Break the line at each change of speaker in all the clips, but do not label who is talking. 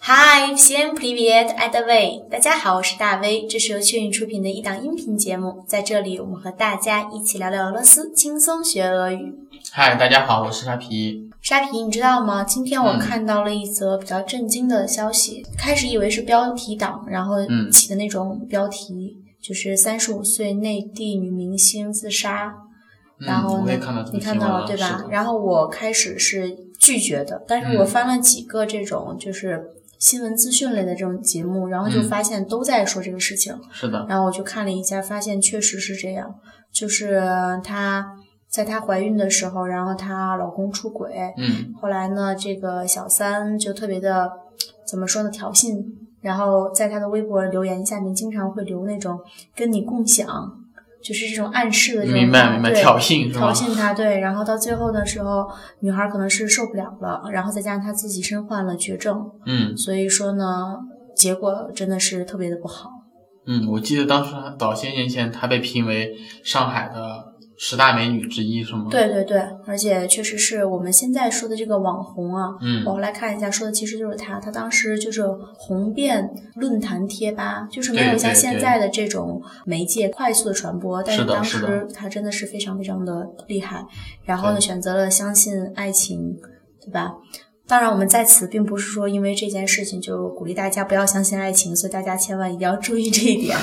Hi, всем привет, это V。大家好，我是大 V，这是由雀韵出品的一档音频节目，在这里我们和大家一起聊聊俄罗斯，轻松学俄语。
嗨，大家好，我是沙皮。
沙皮，你知道吗？今天我
嗯
看到了一则比较震惊的消息，开始以为是标题党，然后
嗯
起的那种标题，就是三十五岁内地女明星自杀，然后
嗯、我
呢
也看到这
你
个
看
新闻
到了对
是
吧
的？
然后我开始是拒绝的，但是我
嗯
翻了几个这种就是新闻资讯类的这种节目，然后就
嗯
发现都在说这个事情，
是的，
然后我就看了一下，发现确实是这样，就是她在她怀孕的时候，然后她老公出轨，
嗯
后来呢，这个小三就特别的怎么说呢，挑衅，然后在她的微博留言下面经常会留那种跟你共享。就是这种暗示的这种话，
明白明白，
对
挑衅是
挑
吧？
衅他，对，然后到最后的时候，女孩可能是受不了了，然后再加上她自己身患了绝症，
嗯
所以说呢，结果真的是特别的不好。
嗯，我记得当时她早些年前她被评为上海的十大美女之一，是吗？，
对对对，而且确实是我们现在说的这个网红啊，
嗯
我后来看一下，说的其实就是她，她当时就是红遍论坛贴吧，就是没有
对
像
对
现
对
在的这种媒介快速的传播，但
是的
当
是
时
的
她真的是非常非常的厉害，然后呢，
对
选择了相信爱情，对吧？当然，我们在此并不是说因为这件事情就鼓励大家不要相信爱情，所以大家千万一定要注意这一 点。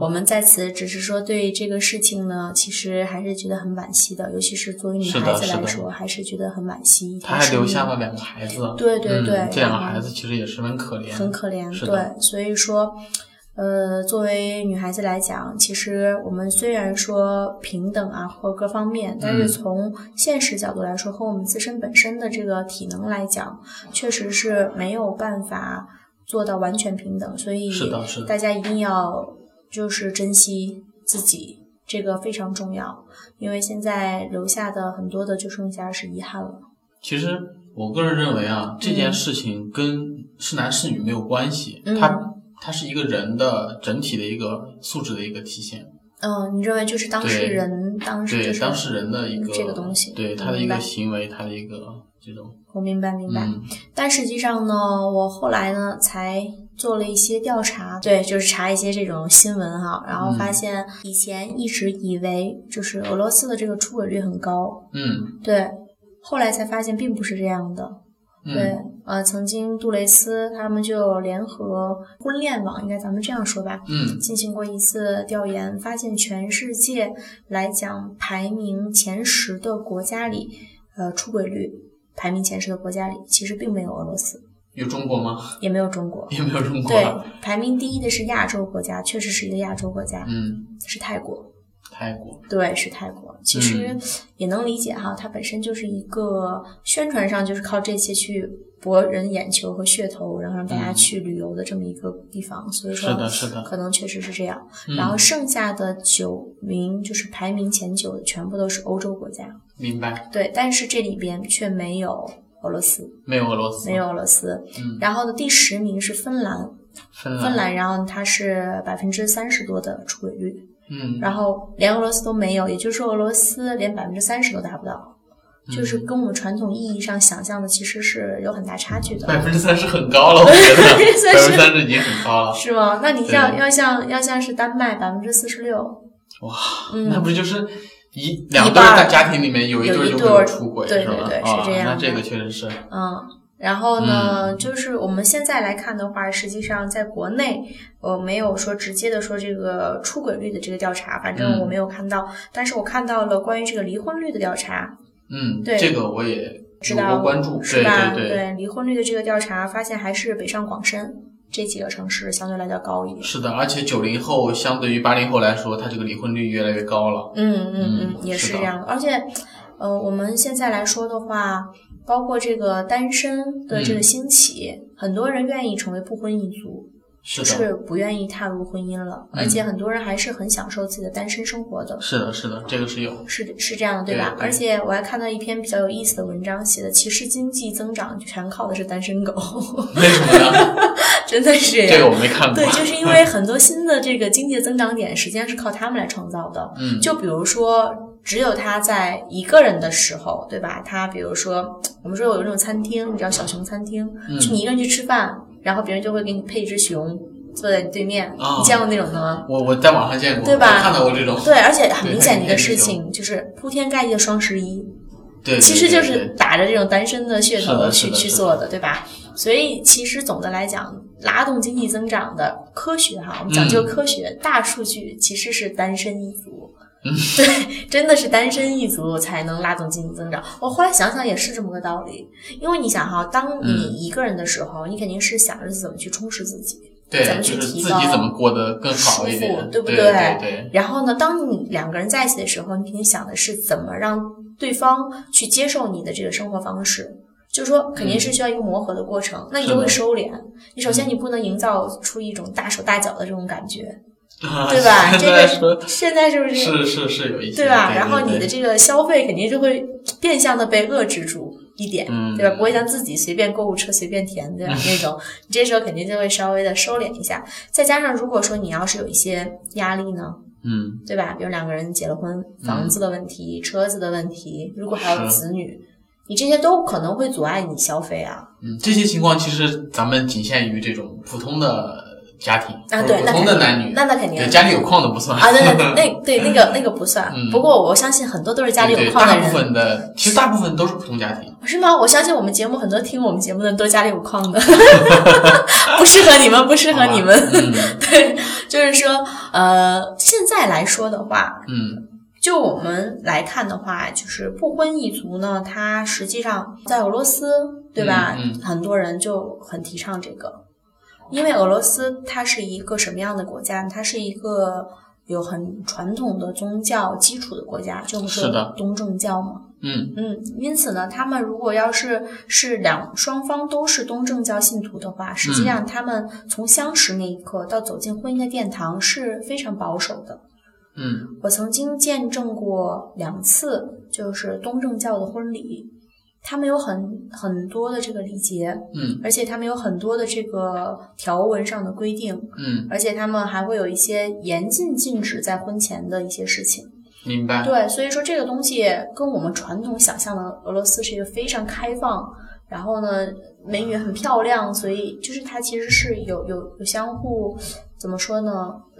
我们在此只是说对这个事情呢，其实还是觉得很惋惜的，尤其是作为女
是的
孩子
是
来
的
说，还是觉得很惋惜。
她还留下
了，
了两个孩子。
对对对
嗯，这两
然
个
后
孩子其实也十分可怜。
很可怜，
是的
对，所以说。呃，作为女孩子来讲，其实我们虽然说平等啊，或各方面，但是
嗯
从现实角度来说，和我们自身本身的这个体能来讲，确实是没有办法做到完全平等，所以
是的是的
大家一定要就是珍惜自己，这个非常重要，因为现在留下的很多的就剩下是遗憾了。
其实我个人认为啊，这件事情跟是男是女没有关系，
嗯
它它是一个人的整体的一个素质的一个体现。
嗯，你认为就是当事
对
人当时就
对
是
当事人的一个
这个东西嗯
对他的一
明白
个行为，他的一个这种，
我明白明白。
嗯
但实际上呢，我后来呢才做了一些调查，对，就是查一些这种新闻哈，然后
嗯
发现以前一直以为就是俄罗斯的这个出轨率很高，
嗯
对，后来才发现并不是这样的。对
嗯，，
呃，曾经杜蕾斯他们就联合婚恋网，应该咱们这样说吧，
嗯
进行过一次调研，发现全世界来讲排名前十的国家里，呃，出轨率排名前十的国家里，其实并没有俄罗斯，
有中国吗？
也没有中国。
也没有中国
对
啊。，
排名第一的是亚洲国家，确实是一个亚洲国家，
嗯，
是泰国。
泰国。
对，是泰国。其
嗯
实也能理解哈，它本身就是一个宣传上就是靠这些去博人眼球和噱头，然后让大家
嗯
去旅游的这么一个地方。所以说，
是的是的
可能确实是这样。
嗯，
然后剩下的九名就是排名前九的，全部都是欧洲国家。
明白，
对，但是这里边却没有俄罗斯，
没有俄罗斯，
没有俄罗斯。
嗯
然后呢，第十名是芬兰，
芬
芬兰，然后它是百分之三十多的出轨率，
嗯，
然后连俄罗斯都没有，也就是说俄罗斯连百分之三十都达不到，
嗯
就是跟我们传统意义上想象的其实是有很大差距的。
百分之三十很高了，我觉得百分之三十已经很高了，
是吗？那你像
对
要像要像是丹麦百分之四十六，
哇，
嗯
那不就是一两对
半儿
儿大家庭里面有一
有一
对儿就会
对儿
有出轨，
对
是吧？
对对
啊
是这样
那
的
这个确实是，
嗯，然后呢，就是我们现在来看的话，实际上在国内，呃，没有说直接的说这个出轨率的这个调查，反正
嗯
我没有看到，但是我看到了关于这个离婚率的调查，
嗯，
对
这个我也
知
有
道
过关注，
是
对
吧？
对，
离婚率的这个调查发现还是北上广深这几个城市相对来较高一点。
是的，而且九零后相对于八零后来说，他这个离婚率越来越高了，
嗯嗯嗯，
嗯
也
是
是
的
这样的。而且，呃，我们现在来说的话，包括这个单身的这个
嗯
兴起，很多人愿意成为不婚一族。
是
就
的，
是不愿意踏入婚姻了，
嗯
而且很多人还是很享受自己的单身生活的，
是的，是的，这个是有，
是是这样的，对吧？
对对
而且我还看到一篇比较有意思的文章，写的其实经济增长全靠的是单身狗，
为什么呢？
真的是
这个
呀。
我没看过嗯
对，，就是因为很多新的这个经济增长点，实际上是靠他们来创造的。
嗯，
就比如说，只有他在一个人的时候，对吧？他比如说，我们说有那种餐厅，你知道小熊餐厅，
嗯
就你一个人去吃饭，然后别人就会给你配一只熊坐在你对面。
啊
你见过那种的吗？
我我在网上见过，
对吧
我看到过这种，
对，而且很明显的一
对
个事情就是铺天盖地的双十一，
对，对
其实就
对
是
对
打着这种单身的噱
是
头
的
去
是的
去
是的
做的，对吧？所以其实总的来讲，拉动经济增长的科学哈，我们讲究
嗯
科学，大数据其实是单身一族。
嗯
对，真的是单身一族才能拉动经济增长。我后来想想也是这么个道理，因为你想哈，当
嗯
你一个人的时候，你肯定是想着怎么去充实自己，怎
对，
么去
就是
提
自
高
己怎么过得更好一
舒
点，
服对不
对
对
对
然后呢，当你两个人在一起的时候，你肯定想的是怎么让对方去接受你的这个生活方式，就是说肯定是
嗯
需要一个磨合的过程。那你就会收敛。你首先你不能营造出一种大手大脚的这种感觉，对
对
吧？
啊现
这
在说
个现在是不是？
是是是有一些，
对吧？然后你的
对
这个消费肯定就会变相的被遏制住一点，
嗯
对吧？不会像自己随便购物车随便填，对吧？那 种你这时候肯定就会稍微的收敛一下。再加上如果说你要是有一些压力呢，
嗯，
对吧？比如两个人结了婚，房子的问题、车子的问题，如果还有
是
子女，你这些都可能会阻碍你消费啊。
嗯，这些情况其实咱们仅限于这种普通的家庭，
啊，
或者
对，
普
那
通
肯
的
定，
男女，
那那肯定
对家里有矿的不算
啊，对对，那对那个那个不算
嗯。
不过我相信很多都是家里
对
有
对
矿的
大部
人，
分的其实大部分都是普通家 庭，
是吗？我相信我们节目很多听我们节目的人都家里有矿 的， 不适合你们，不适合你们。
嗯
对，就是说，呃，现在来说的话，
嗯
就我们来看的话，就是不婚一族呢，它实际上在俄罗斯，对吧？
嗯嗯
很多人就很提倡这个，因为俄罗斯它是一个什么样的国家呢？它是一个有很传统的宗教基础的国家，就我们说
是的
东正教嘛。
嗯
嗯，因此呢，他们如果要是是两双方都是东正教信徒的话，实际
嗯
上他们从相识那一刻到走进婚姻的殿堂是非常保守的。
嗯
我曾经见证过两次，就是东正教的婚礼，他们有很很多的这个礼节，
嗯
而且他们有很多的这个条文上的规定，
嗯，
而且他们还会有一些严禁禁止在婚前的一些事情。
明白，
对，所以说这个东西跟我们传统想象的俄罗斯是一个非常开放，然后呢，美女很漂亮，所以就是它其实是有有有相互怎么说呢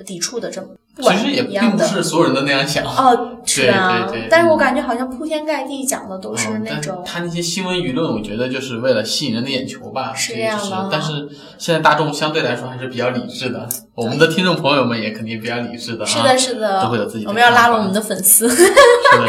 抵触的这么，不
其
管
实也
一样
并不
的。
是所有人都那样想。
哦，是啊，
对对对
但是我感觉好像铺天盖地讲的都是
嗯，
那
但
种，
他那些新闻舆论，我觉得就是为了吸引人的眼球吧，
是
所以
这样
就是
吗
但是现在大众相对来说还是比较理智的，我们的听众朋友们也肯定比较理智的啊。
是的，是
都
的
会有自己，的
我们要拉
看
拢
法
我们的粉丝。
是的，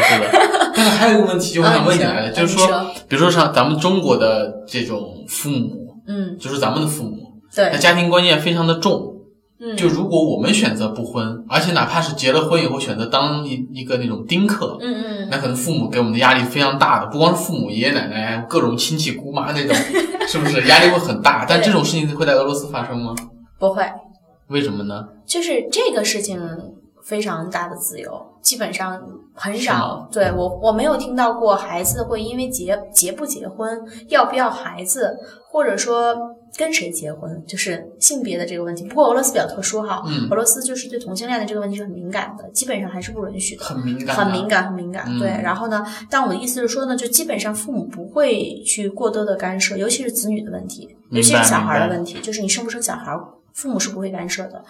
是的。但是还有一个问题，就我想
啊，
问
你
你
说啊
来了，就是
你
说，比如说像咱们中国的这种父母，
嗯，
就是咱们的父母，那
对，
家庭观念非常的重。
嗯，
就如果我们选择不婚，而且哪怕是结了婚以后选择当一一个那种丁克，
嗯嗯，
那可能父母给我们的压力非常大的，不光是父母、爷爷奶奶，各种亲戚姑妈那种，是不是压力会很大？但这种事情会在俄罗斯发生吗？
不会，
为什么呢？
就是这个事情非常大的自由，基本上很
是
少
吗。
对我，我没有听到过孩子会因为结结不结婚、要不要孩子，或者说跟谁结婚，就是性别的这个问题。不过俄罗斯比较特殊哈，
嗯
俄罗斯就是对同性恋的这个问题是很敏感的，基本上还是不允许的。
很敏感、啊，
很敏感，很敏感，
嗯
对。然后呢，但我的意思是说呢，就基本上父母不会去过多的干涉，尤其是子女的问题，
明白
尤其是小孩
明
的
白
问题，就是你生不生小孩，父母是不会干涉的。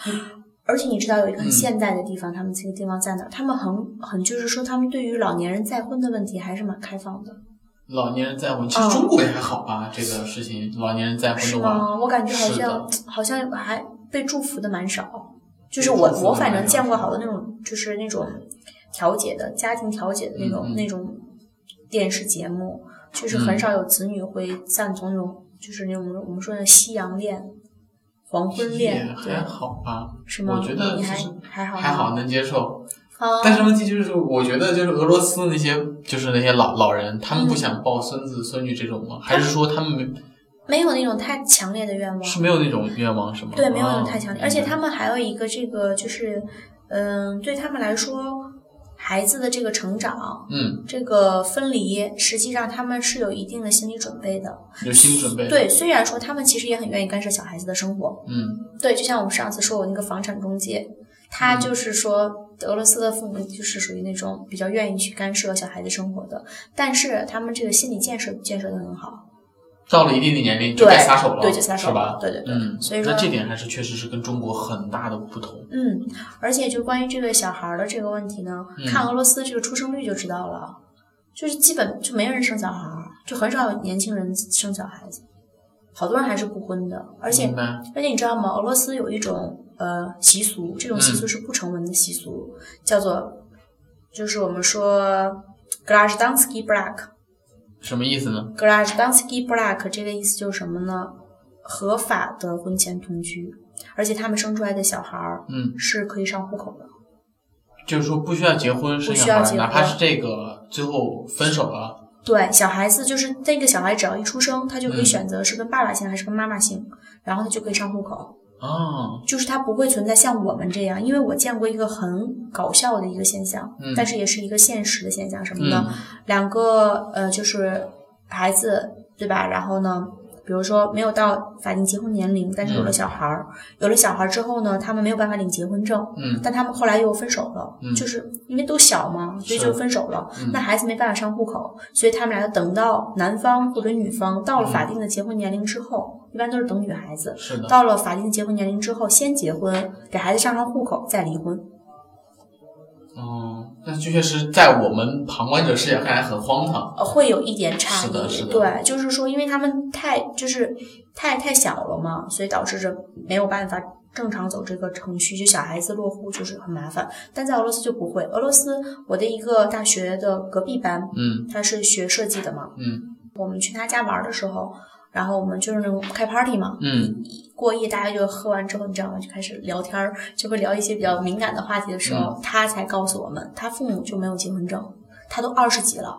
而且你知道有一个很
嗯
现代的地方，他们这个地方在哪儿？他们很很就是说，他们对于老年人再婚的问题还是蛮开放的，
老年人再婚，其实
嗯
中国也还好吧，这个事情，老年人再婚
是
的话，
吗？我感觉好
是
像
的
好像还被祝福的蛮少，就是
被
我
祝福的
我反
蛮
正
少
见过好多那种就是那种调解的家庭调解的那种、
嗯嗯
那种电视节目，就是
嗯
很少有子女会赞同那种、就是那种我们说的夕阳恋、黄昏恋
也，
对
还，好吧，
是吗？
我觉得
你
其
还
实
还好吗
还好能接受。
啊，
但是问题就是，我觉得就是俄罗斯那些就是那些老老人，他们不
嗯
想抱孙子孙女这种吗？还是说他们没
没有那种太强烈的愿望，
是没有那种愿望是吗？
对，没有那
哦
种太强烈，而且他们还有一个这个就是，嗯，对他们来说，孩子的这个成长，
嗯，
这个分离，实际上他们是有一定的心理准备的。
有心理准备，，
对，虽然说他们其实也很愿意干涉小孩子的生活，
嗯
对，就像我们上次说我那个房产中介，他就是说俄罗斯的父母就是属于那种比较愿意去干涉小孩子生活的，但是他们这个心理建设建设的很好。
到了一定的年龄就
对
该撒手了，
对，就撒手
是吧
了，？对对对。
嗯，
所以说
那这点还是确实是跟中国很大的不同。
嗯，而且就关于这个小孩儿的这个问题呢，
嗯
看俄罗斯这个出生率就知道了，就是基本就没人生小孩儿，就很少有年轻人生小孩子，好多人还是不婚的。而且、
明白
而且你知道吗？俄罗斯有一种呃习俗，这种习
嗯
俗是不成文的习俗，叫做就是我们说 g r a z d a n s k y brak，
什么意思呢？
Grajdansky Black 这个意思就是什么呢？合法的婚前同居，而且他们生出来的小孩儿
嗯，
是可以上户口的。
就是说不需要结婚生
需要结
小孩，
婚
哪怕是这个最后分手了，
对，小孩子就是那个小孩，只要一出生，他就可以
嗯
选择是跟爸爸姓还是跟妈妈姓，然后他就可以上户口。
哦，
就是他不会存在像我们这样，因为我见过一个很搞笑的一个现象，
嗯
但是也是一个现实的现象，什么呢？
嗯
两个呃，就是孩子对吧？然后呢，比如说没有到法定结婚年龄，但是
嗯
有了小孩儿，有了小孩儿之后呢，他们没有办法领结婚证，
嗯，
但他们后来又分手了，
嗯
就是因为都小嘛，所以
是
就分手了。
嗯
那孩子没办法上户口，所以他们俩就等到男方或者女方到
嗯
了法定的结婚年龄之后，一般都是等女孩子。
是的，
到了法定结婚年龄之后，先结婚，给孩子上上户口，再离婚。
哦，但是确实在我们旁观者视角看来很荒唐，
呃，会有一点差
是的是
异。
的
对，就是说，因为他们太就是太太小了嘛，所以导致着没有办法正常走这个程序，就小孩子落户就是很麻烦。但在俄罗斯就不会，俄罗斯我的一个大学的隔壁班，
嗯
他是学设计的嘛，
嗯
我们去他家玩的时候。然后我们就是那种开 party 嘛，
嗯
过夜大家就喝完之后，你知道吗？就开始聊天儿，就会聊一些比较敏感的话题的时候，
嗯
他才告诉我们，他父母就没有结婚证，他都二十几了，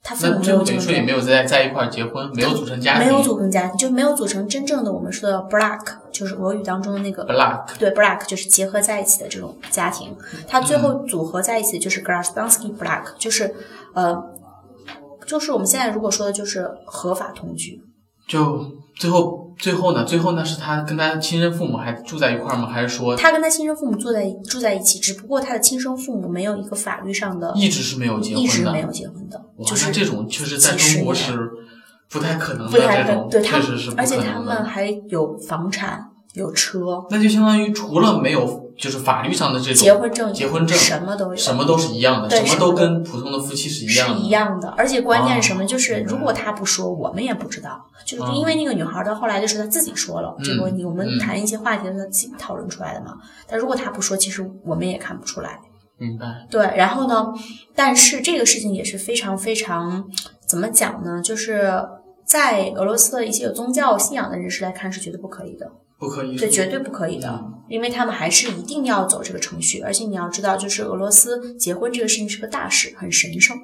他父
那
母没
最
有
后
结
等于
婚
说也
证
没。有在在一块儿结婚，没有组成家庭，
没有组成家庭，就没有组成真正的我们说的 black，就是俄语当中的那个
black，
对 black，就是结合在一起的这种家庭。它最后
嗯
组合在一起就是 Grasdansky black，就是呃，就是我们现在如果说的就是合法同居，
就最后最后呢，最后呢是他跟他亲生父母还住在一块儿吗？还是说
他跟他亲生父母住在住在一起，只不过他的亲生父母没有一个法律上的
一直是没有结
一直
婚的？
没有结婚的，
哇，
就
那
是
这种确实在
几十
中国
年
是不太可能
不
的，
太
这种
对他
确
们
实是，不
而且
可
他
能
们
的。
还有房产有车，
那就相当于除了没有就是法律上的这种
结婚证
结婚证
什么都有，
什么都是一样的，
对
什么
什么
都
都
跟普通的夫妻是一
是
样的。
一样的，而且关键是什么？
哦
就是
明白啊
如果他不说，我们也不知道。就是因为那个女孩儿到后来就是她自己说了
嗯
这个问题，我们
嗯
谈一些话题的时候她自己讨论出来的嘛。但如果她不说，其实我们也看不出来。
明白？
对，然后呢，但是这个事情也是非常非常怎么讲呢？就是在俄罗斯的一些有宗教信仰的人士来看是绝对不可以的。
不可以。
这绝对不可以的
嗯，
因为他们还是一定要走这个程序。而且你要知道，就是俄罗斯结婚这个事情是个大事，很神圣，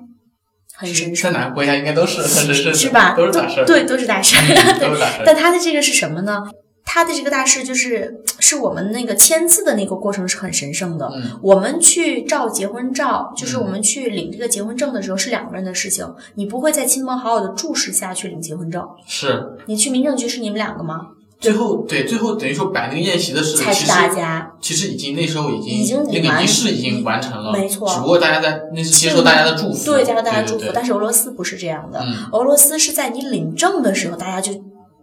很神
在
圣，
哪个国家应该都是，是是
是吧？
都是大事儿，
对，都是大事。对
嗯都是大事儿。
但他的这个是什么呢？他的这个大事就是是我们那个签字的那个过程是很神圣的。
嗯
我们去照结婚照，就是
嗯
我们去领这个结婚证的时候是两个人的事情，你不会在亲朋好友的注视下去领结婚证。
是
你去民政局是你们两个吗？
最后对最后等于说摆那个宴席的时候，
才
其
是
实
大家。
其实已经那时候已经
已经
那
已完
个仪式已经完成了，
没错
只不过大家在那是接受大家的祝福，
对，加上大家祝福
对。对对
但是俄罗斯不是这样的，
嗯，
俄罗斯是在你领证的时候，大家就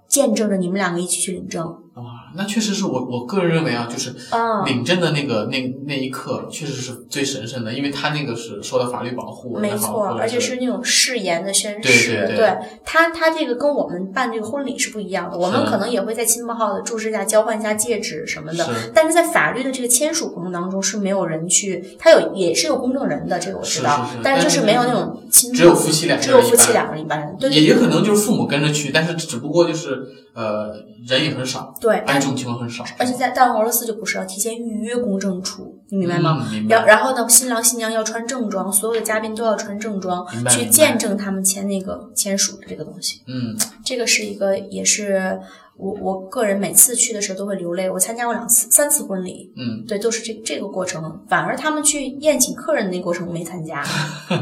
见证着你们两个一起去领证。
哇，那确实是我我个人认为啊，就是
嗯，
领证的那个那那一刻确实是最神圣的，因为他那个是受到法律保护，
没
然后
错
或，者
而且是那种誓言的宣
对
誓。
对对
他他这个跟我们办这个婚礼是不一样的，我们
是
可能也会在亲朋好友的注视下交换一下戒指什么的。
是
但是在法律的这个签署过程当中是没有人去，他有也是有公证人的，这个我知道，
是是是
但是就
但是
没有那种亲
只有夫妻两个
只
人
有夫
一
妻
般
两个人一般人，对
也
对
也可能就是父母跟着去，但是只不过就是呃人也很少，
对，
哎，这种情况很少，
而且在但俄罗斯就不是要提前预约公证处，你明白吗？
嗯？明
要
白。
然后呢，新郎新娘要穿正装，所有的嘉宾都要穿正装
明白，
去
明白
见证他们签那个签署的这个东西。
嗯，
这个是一个也是我我个人每次去的时候都会流泪。我参加过两次、三次婚礼，
嗯，
对，都是这这个过程。反而他们去宴请客人的那个过程我没参 加，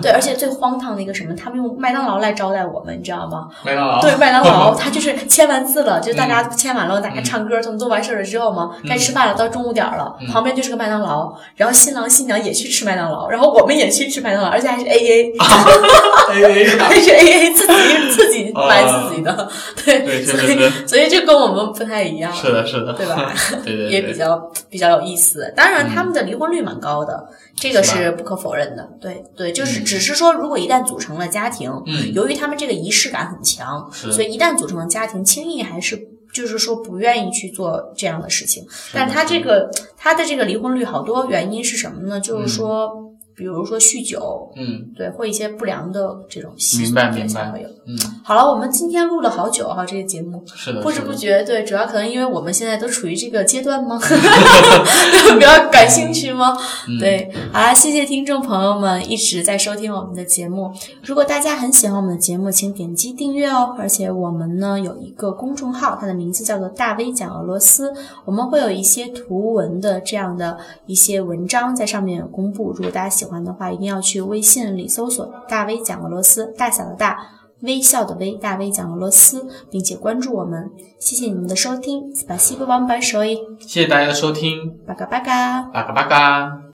对，而且最荒唐的一个什么，他们用麦当劳来招待我们，你知道吗？
麦 当劳，
对，麦当劳，他就是签完字了，就大家
嗯
签完了，大家唱歌，他们都完事儿了之后嘛，该吃饭了，到中午点儿了，
嗯
旁边就是个麦当劳，然后新郎新娘也去吃麦当劳，然后我们也去吃麦当劳，而且还是 A A，
，A A
还是 A A 自 己自己买自己的，对，
啊对，确
所
实
以
是，
所以这跟我们不太一样，
是的，是的，
对吧？
对对
也
对嗯
比，较比较有意思。当然，他们的离婚率蛮高的，这个是不可否认的。对对，就是
嗯
只是说，如果一旦组成了家庭，
嗯
由于他们这个仪式感很强，
是
所以一旦组成了家庭，轻易还是。就是说不愿意去做这样的事情，
是的
但他这个他的这个离婚率好多原因是什么呢？就是说，比如说酗酒，
嗯
对，或一些不良的这种习俗，
明白
对
明白
才会有。
嗯，
好了，我们今天录了好久哈、这个节目，
是的，
不知
是的
不觉，对，主要可能因为我们现在都处于这个阶段吗？ 比较感兴趣吗？
嗯
对，好啦，谢谢听众朋友们一直在收听我们的节目。如果大家很喜欢我们的节目，请点击订阅哦。而且我们呢有一个公众号，它的名字叫做“大 V 讲俄罗斯”，我们会有一些图文的这样的一些文章在上面有公布。如果大家喜欢的话，一定要去微信里搜索“大 V 讲俄罗斯”，大小的大。微笑的微，大 V 讲俄罗斯，并且关注我们，谢谢你们的收听，s p a s i b a вам большое，
谢谢大家的收听，
巴嘎巴嘎。
巴嘎巴嘎。